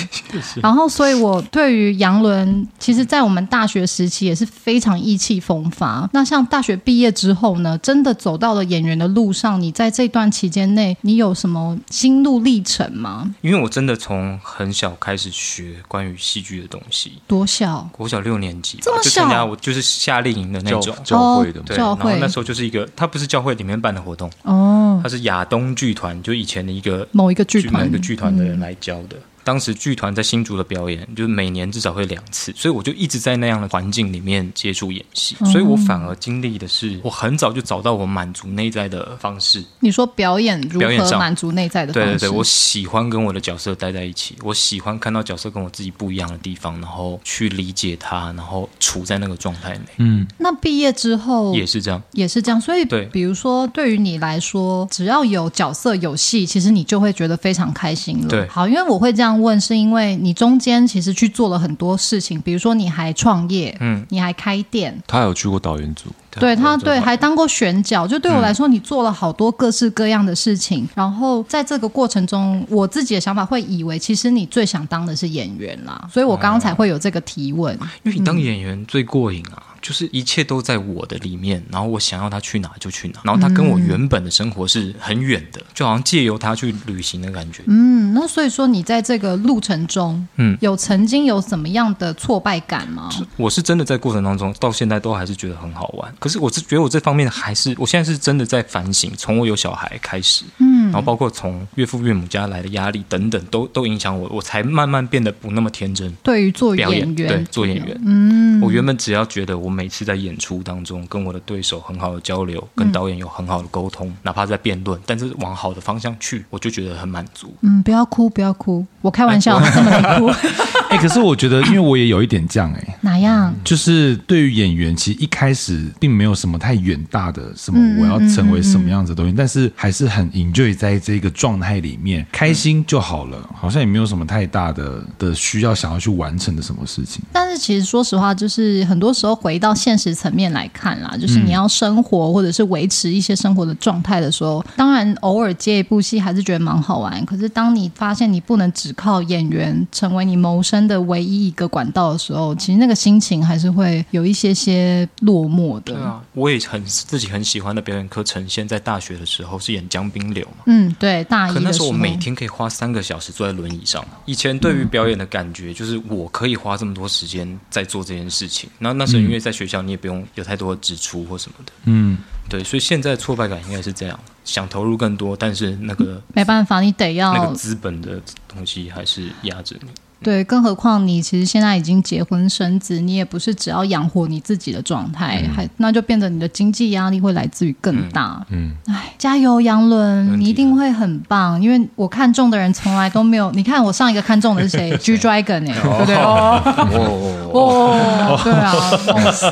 然后所以我对于杨伦，其实，在我们大学时期也是非常意气风发。那像大学毕业之后呢，真的走到了演员的路上，你在这段期间内，你有什么心路历程吗？因为我真的从很小开始学关于戏剧的东西，多小？国小六年级吧这么就参小加我就是夏令营的那教种。教会的嘛对，教然后会那时候就是一个，它不是教会里面办的活动，哦，它是亚东剧团，就以前的一个某一个剧某团嗯一个剧团的人来教的。当时剧团在新竹的表演，就是每年至少会两次，所以我就一直在那样的环境里面接触演戏，哦所以我反而经历的是，我很早就找到我满足内在的方式。你说表演如表演何上满足内在的方对式？对对，我喜欢跟我的角色待在一起，我喜欢看到角色跟我自己不一样的地方，然后去理解他，然后处在那个状态内，嗯，那毕业之后也是这样。也是这样，所以对比如说对于你来说，只要有角色有戏，其实你就会觉得非常开心了。对好，因为我会这样问，是因为你中间其实去做了很多事情，比如说你还创业，嗯，你还开店，他有去过导演组，对他这种对还当过选角，就对我嗯来说，你做了好多各式各样的事情。然后在这个过程中，我自己的想法会以为，其实你最想当的是演员啦，所以我刚刚哦才会有这个提问。因为你当嗯演员最过瘾啊，就是一切都在我的里面，然后我想要他去哪就去哪，然后他跟嗯我原本的生活是很远的，就好像借由他去旅行的感觉。嗯，那所以说你在这个路程中，嗯有曾经有怎么样的挫败感吗？我是真的在过程当中到现在都还是觉得很好玩，可是我是觉得我这方面还是，我现在是真的在反省，从我有小孩开始，嗯，然后包括从岳父岳母家来的压力等等，都都影响我，我才慢慢变得不那么天真。对于做表演演员，对做演员，嗯，我原本只要觉得我每次在演出当中跟我的对手很好的交流，嗯跟导演有很好的沟通，哪怕在辩论，但是往好的方向去，我就觉得很满足。嗯，不要哭，不要哭，我开玩笑，这么能哭， 哎、可是我觉得，因为我也有一点这样哎、哪样？就是对于演员，其实一开始并没有什么太远大的什嗯么我要成为什么样子的东西，但是还是很 enjoy 在这个状态里面，开心就好了，好像也没有什么太大的的需要想要去完成的什么事情。但是其实说实话，就是很多时候回到现实层面来看啦，嗯就是你要生活或者是维持一些生活的状态的时候，当然偶尔接一部戏还是觉得蛮好玩。可是当你发现你不能只靠演员成为你谋生的唯一一个管道的时候，其实那个心情还是会有一些些落寞的。对啊，我也很自己很喜欢的表演课呈现在大学的时候是演江滨柳嘛，嗯，对，大一可的那时候我每天可以花三个小时坐在轮椅上。啊以前对嗯于表演的感觉就是我可以花这么多时间在做这件事情，然后那时候因为嗯在学校你也不用有太多的支出或什么的，嗯，对，所以现在挫败感应该是这样，想投入更多，但是那个没办法，你得那个要资本的东西还是压着你。对，更何况你其实现在已经结婚生子，你也不是只要养活你自己的状态，还那就变得你的经济压力会来自于更大。嗯嗯，哎，加油，杨伦，问题你一定会很棒，因为我看中的人从来都没有。你看我上一个看中的是 谁？G Dragon 哎、对不对？哦哦，哦，对啊，哇塞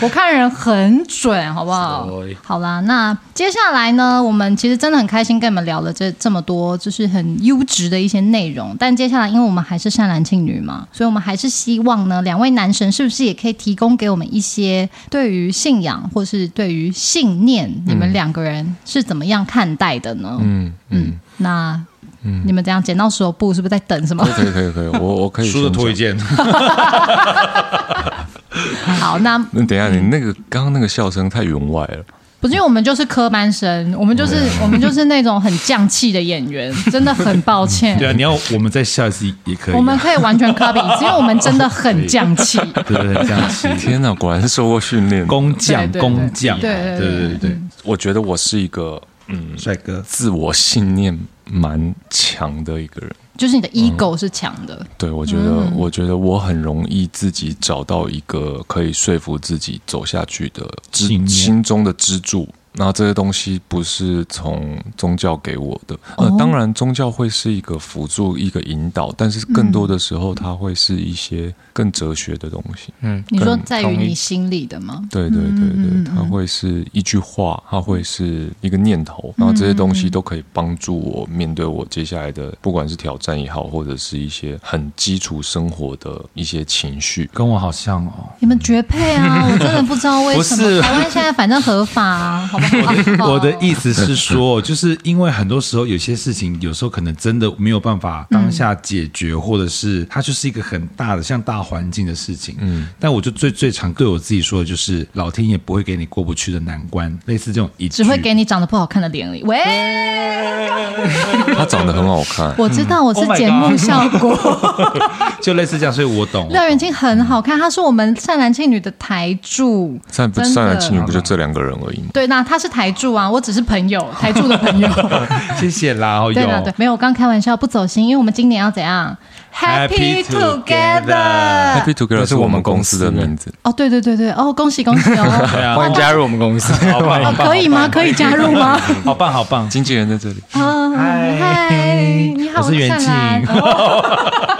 我看人很准，好不好是？好啦，那接下来呢，我们其实真的很开心跟你们聊了这这么多，就是很优质的一些内容。但接下来，因为我们还是善男信女嘛，所以我们还是希望呢，两位男神是不是也可以提供给我们一些对于信仰或是对于信念，你们两个人是怎么样看待的呢？嗯嗯，那。你们怎样剪刀石头布？是不是在等 什么？可以 可以可以，我我可以输的先讲脱一件，好，那那等一下，嗯你那个刚刚那个笑声太员外了，不是因为我们就是科班生，我们就是啊我们就是那种很降气的演 员，真的很抱歉 对。啊，你要我们再下一次也可以、啊，我们可以完全 copy，因为我们真的很降气。 对不对？这样子， 天哪，果然是受过训练。工匠，对对对工匠，对对对对对我觉得我是一个嗯对，，帅哥，自我信念蛮强的一个人。就是嗯你的 ego 是强的，对，我觉得，我觉得我很容易自己找到一个可以说服自己走下去的支信念心中的支柱。那这些东西不是从宗教给我的，呃，哦当然宗教会是一个辅助、一个引导，但是更多的时候，它会是一些更哲学的东西。嗯，你说嗯在于你心里的吗？对对对嗯对，它会是一句话，它会是一个念头，然后这些东西都可以帮助我面对我接下来的，不管是挑战也好，或者是一些很基础生活的一些 情绪。跟我好像哦。你们绝配 啊！我真的不知道为什不是么台湾现在反正合法啊，好不好？我的意思是说，就是因为很多时候有些事情，有时候可能真的没有办法当下解决，或者是它就是一个很大的像大环境的事情。嗯，但我就最最常对我自己说的就是，老天爷不会给你过不去的难关，类似这种一句只会给你长得不好看的脸而已。喂，他长得很好看，我知道我是 Oh my 节目 God 效果。 就类似这样，所以我懂。廖元清很好看，她是我们善男信女的台柱，善不真的善男信女不就这两个人而已吗？对，那他是台柱啊，我只是朋友，台柱的朋友。谢谢啦，哦对了，对有，没有，我刚开玩笑，不走心，因为我们今年要怎样 Happy together Happy Together 那是是我我们们公公司司的的名字，哦，对对对对，哦，恭喜恭 喜哦！啊欢迎加入我们公司。好棒，好哦，棒，可以吗？可以加 入吗？好棒，好棒。经纪人在这里。啊，嗨，你好，我是袁善兰静哦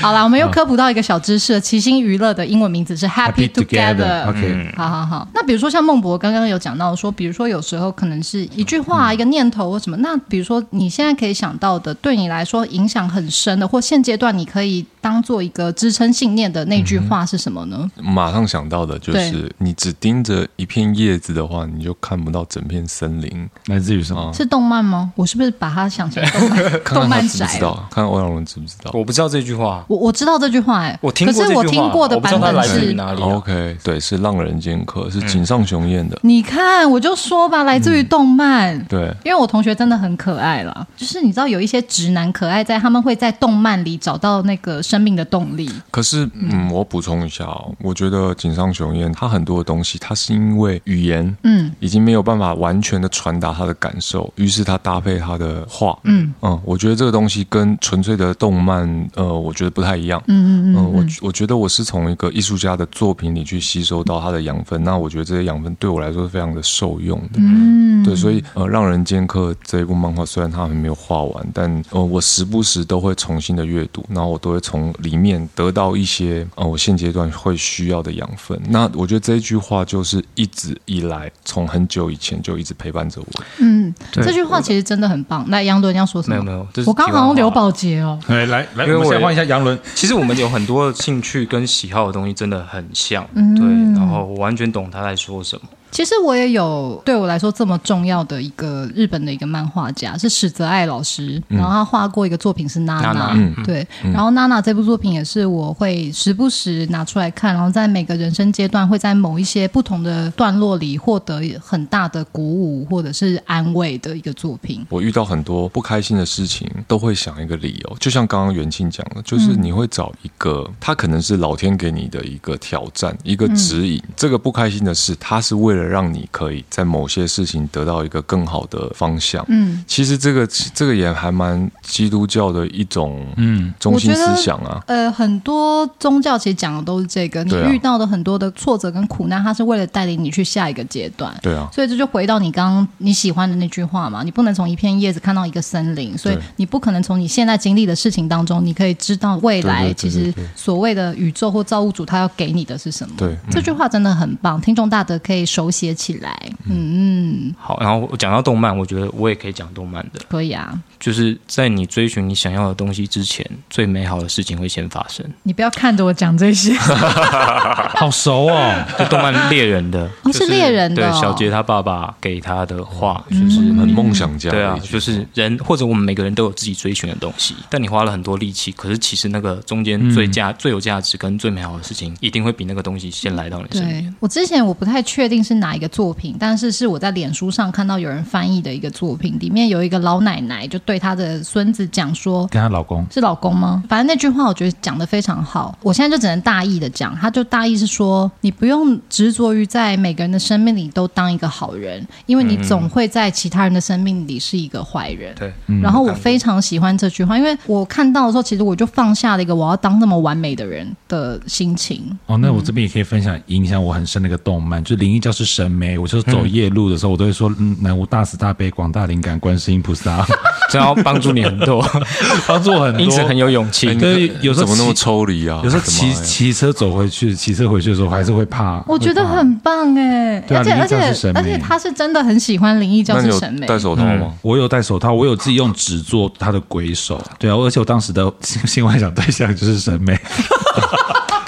好啦，我嗯们又科普到一个小知识了，齐星娱乐的英文名字是 Happy Together。 OK，嗯好好好，那比如说像孟博刚刚有讲到说，比如说有时候可能是一句话、嗯一个念头或什么。那比如说你现在可以想到的，对你来说影响很深的，或现阶段你可以当做一个支撑信念的那句嗯话是什么呢？马上想到的就是对，你只盯着一片叶子的话，你就看不到整片森林。来自于什么？是动漫吗？我是不是把它想成动 漫看动看他漫知宅不知？道，看看欧阳伦知不知道。我不知道这句话，我我知道这句话、哎，我听过可这是句话，我听过的我不知版道它本来自是。于哦哪里啊、 OK，对，是《浪人剑客》，是嗯井上雄彦的。你看，我就说吧，来嗯自于动漫。对，因为我同学真的很可爱啦，就是你知道有一些直男可爱在，他们会在动漫里找到那个生命的动力。可是，嗯，我补充一下哦，我觉得井上雄彦他很多的东西，他是因为语言，嗯，已经没有办法完全的传达他的感受，于是他搭配他的画，嗯嗯，我觉得这个东西跟纯粹的动漫，呃，我觉得不太一样，嗯嗯嗯，我我觉得我是从一个艺术家的作品里去吸收到他的养分，那我觉得这些养分对我来说是非常的受用的，嗯，对，所以呃，《让人剑客》这一部漫画虽然它还没有画完，但呃，我时不时都会重新的阅读，然后我都会从里面得到一些呃我现阶段会需要的养分。那我觉得这一句话就是一直以来从很久以前就一直陪伴着我。嗯，对这句话其实真的很棒。那杨伦要说什么？没有没有这是我刚题好外话像刘宝杰哦。哎，来来，因为我们我先也换一下杨伦。其实我们有很多兴趣跟喜好的东西真的很像，嗯对，然后我完全懂他在说什么。其实我也有对我来说这么重要的一个日本的一个漫画家是史泽爱老师，嗯然后他画过一个作品是娜娜娜娜，对，然后娜娜这部作品也是我会时不时拿出来看，然后在每个人生阶段会在某一些不同的段落里获得很大的鼓舞或者是安慰的一个作品。我遇到很多不开心的事情，都会想一个理由，就像刚刚元庆讲的，嗯就是你会找一个，它可能是老天给你的一个挑战，一个指引。嗯这个不开心的事，它是为了让你可以在某些事情得到一个更好的方向。嗯，其实这个这个也还蛮基督教的一种嗯中心思想啊。呃，很多宗教其实讲的都是这个，你对啊遇到的很多的挫折跟苦难，它是为了带领你去下一个阶段。对啊，所以这就回到你刚刚你喜欢的那句话嘛，你不能从一片叶子看到一个森林，所以你不可能从你现在经历的事情当中，你可以知道未来对对对其实所谓的宇宙或造物主他要给你的是什么。对嗯这句话真的很棒，听众大德可以手写起来。嗯嗯，好，然后我讲到动漫，我觉得我也可以讲动漫的，可以啊，就是在你追寻你想要的东西之前，最美好的事情会先发生。你不要看着我讲这 些。好熟哦，就动漫 猎人的，哦就是猎人的哦对，小杰他爸爸给他的话就是嗯很梦想家对的啊，一句话，就是人或者我们每个人都有自己追寻的东西，但你花了很多力气，可是其实那个中间最价、最有价值跟最美好的事情，一定会比那个东西先来到你身边。对我之前我不太确定是哪一个作品，但是是我在脸书上看到有人翻译的一个作品，里面有一个老奶奶就对她的孙子讲说：“跟她老公是老公吗？反正那句话我觉得讲的非常好，我现在就只能大意的讲，他就大意是说，你不用执着于在每个人的生命里都当一个好人，因为你嗯总会在其他人的生命里是一个坏人。对，嗯然后我非常喜欢这句话，因为我看到的时候，其实我就放下了一个我要当那么完美的人的心情。哦，那我这边也可以分享影响我很深的一个动漫，就是《灵异教室》神眉。我就是走夜路的时候，我都会说，嗯，南无大慈大悲广大灵感观世音菩萨， 真要帮助你很多，帮助我很多， 因此很有勇气。对，有时候哎怎么那么骑抽离啊？有时候我的骑妈呀骑车走回去，骑车回去的时候我还是会怕。我觉得会怕很棒哎、对啊而且灵异而且教室审美而且他是真的很喜欢灵异教那你室有审美，戴手套吗？我有戴手套，我有自己用纸做他的鬼手，对啊，而且我当时的 性幻想对象就是审美。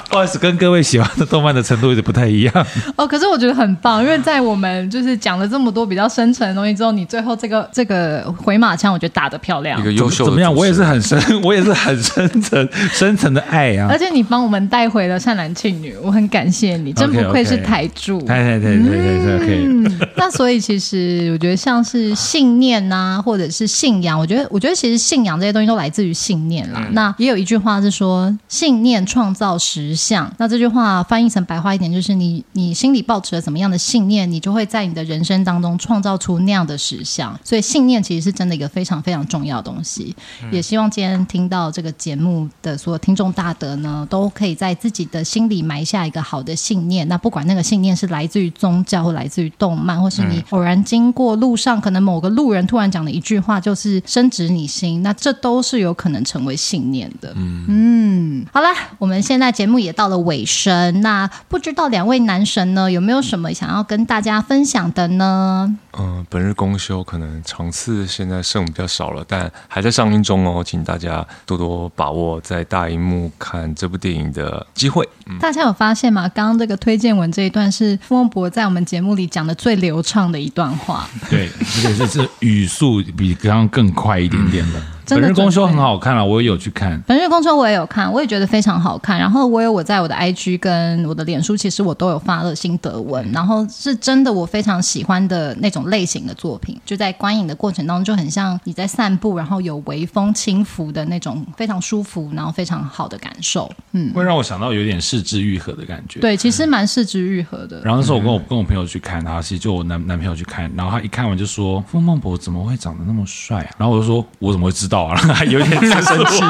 不好意思，跟各位喜欢的动漫的程度有点不太一样。哦，可是我觉得很棒，因为在我们就是讲了这么多比较深沉的东西之后，你最后这个这个回马枪，我觉得打得漂亮一。个优秀的怎么样？主持我也人是很深， 我也是很深层、深层的爱啊而！且你帮我们带回了善男信女，我很感谢你，真 OK，不愧是 OK 台柱。对对对对对对，可以。嗯，那所以其实我觉得像是信念呐、或者是信仰，我觉得我觉得其实信仰这些东西都来自于信念啦。那也有一句话是说“信念创造实相”，那这句话翻译成白话一点就是你你心里抱持了怎么样的信念，你就会在你的人生当中创造出那样的实相。所以信念其实是真的一个非常非常重要的东西。也希望今天听到这个节目的所有听众大德呢，都可以在自己的心里埋下一个好的信念。那不管那个信念是来自于宗教，或来自于动漫，或是你偶然经过路上，可能某个路人突然讲的一句话，就是深植你心，那这都是有可能成为信念的。嗯，好啦，我们现在节目也到了尾声，那不知道两位男神呢，有没有什么想要跟大家分享的呢？嗯，本日公休，可能场次现在剩比较少了，但还在上映中哦，请大家多多把握在大荧幕看这部电影的机会。大家有发现吗？刚刚这个推荐文这一段是傅孟博在我们节目里讲的最流畅的一段话。对，这个是是语速比刚刚更快一点点了。真的本日公休准备很好看啊，我也有去看。本日公车我也有看，我也觉得非常好看。然后我有我在我的 IG 跟我的脸书，其实我都有发了心得文。然后是真的我非常喜欢的那种类型的作品，就在观影的过程当中，就很像你在散步，然后有微风轻拂的那种非常舒服，然后非常好的感受。嗯，会让我想到有点失之愈合的感觉。对，其实蛮视之愈合的。然后那时候我跟我跟我朋友去看，然后其实就我男男朋友去看，然后他一看完就说：“傅孟博怎么会长得那么帅啊？”然后我就说：“我怎么会知道啊？” 还有点在生 气。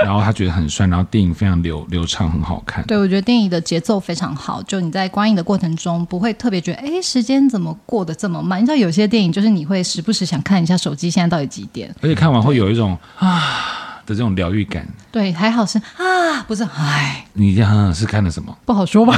然后他觉得很帅，然后电影非常流流畅，很好看。对，我觉得电影的节奏非常好，就你在观影的过程中不会特别觉得，哎，时间怎么过得这么慢？你知道有些电影就是你会时不时想看一下手机现在到底几点。而且看完会有一种啊的这种疗愈感。对，还好是啊，不是唉，你想想是看了什么？不好说吧。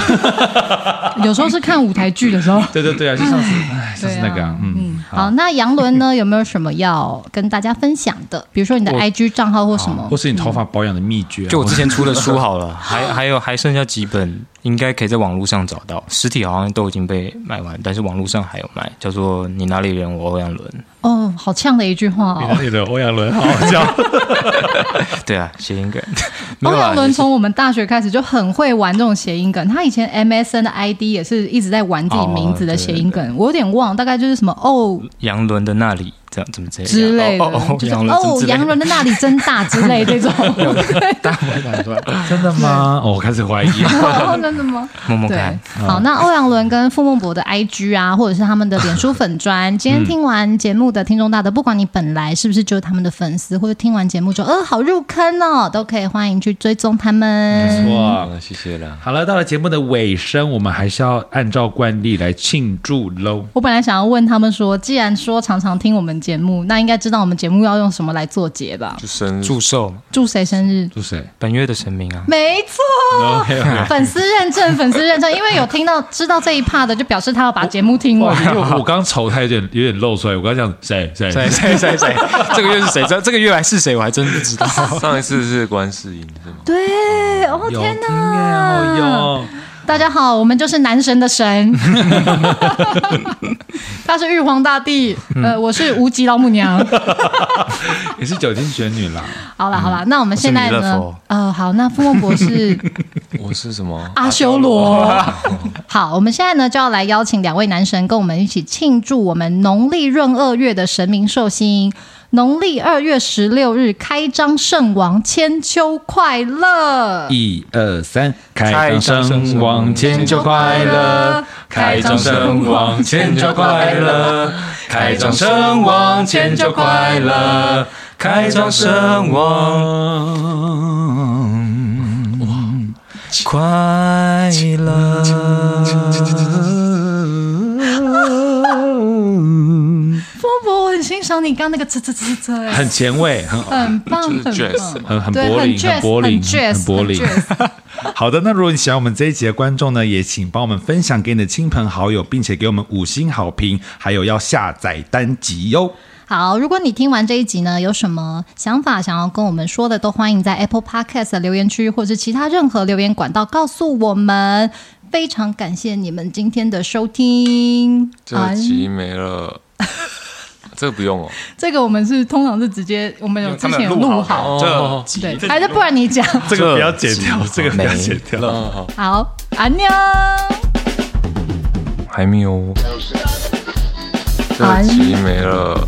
有时候是看舞台剧的时候。对对对啊，就上次哎，上次那个、啊、嗯，好，那杨伦呢？有没有什么要跟大家分享的？比如说你的我 IG 账号或什么或？是你头发保养的秘诀啊、就我之前出的书好了，还还有还剩下几本，应该可以在网络上找到，实体好像都已经被卖完，但是网络上还有卖，叫做《你哪里人，我欧阳伦 哦，好呛的一句话你哦。哪里的欧阳伦好好笑。》。对啊，谐音梗。 没欧有啦阳伦就是从我们大学开始就很会玩这种谐音梗，他以前 MSN 的 ID 也是一直在玩自己名字的谐音梗，我有点忘，大概就是什么哦杨伦的那里，这样怎么这样之类的，哦哦，就是杨伦哦杨伦的那里真大之类这种。真的吗？哦，我开始怀疑。哦真的吗？默默对看，，好，那欧阳伦跟傅孟博的 IG 啊，或者是他们的脸书粉砖，今天听完节目的听众大德，不管你本来是不是就是他们的粉丝，或者听完节目之后，呃，好入坑哦，都可以欢迎去追踪他们。哇，嗯好，谢谢啦。好了，到了节目的尾声，我们还是要按照惯例来庆祝喽。我本来想要问他们说，既然说常常听我们节目，那应该知道我们节目要用什么来做结吧？就生日祝寿，祝谁生日？祝谁？本月的神明啊，没错，粉丝认证，粉丝认证，因为有听到知道这一趴的，就表示他要把节目听哇，完。因为我我刚丑态有点有点露出来，我刚讲谁谁谁谁谁谁， 这个月是谁？这这个月来是谁？我还真不知道。上一次是观世音是吗？ 对，哦天哪，哦大家好，我们就是男神的神， 他是玉皇大帝，嗯呃，我是无极老母娘。哟，也是酒精玄女啦。好了嗯好了，那我们现在我是弥勒呢佛？呃，好，那傅孟博士我是什么？阿修罗。好，我们现在呢就要来邀请两位男神跟我们一起庆祝我们农历闰二月的神明寿星。农历二月十六日开张圣王千秋快乐！一二三，开开张张声声往前就快乐，开张声往前就快乐，开张声往前就快乐，开张声往。快乐，傅孟博，我很欣赏你刚刚那个啧啧啧啧，哎很前卫，很很棒，很棒， jazz 很很对柏林， jazz，很柏林， jazz，很柏林很。jazz 好的，那如果你喜欢我们这一集的观众呢，也请帮我们分享给你的亲朋好友，并且给我们五星好评，还有要下载单集哟。好，如果你听完这一集呢，有什么想法想要跟我们说的，都欢迎在 Apple Podcast 的留言区或是其他任何留言管道告诉我们。非常感谢你们今天的收听。这集没了， 这个不用哦。哎这个我们是通常是直接我们有之前有录好，哦哦这对，还是不然你讲。这个不要剪掉，这个不要剪掉。好，安妞，还没有哦，这集没了。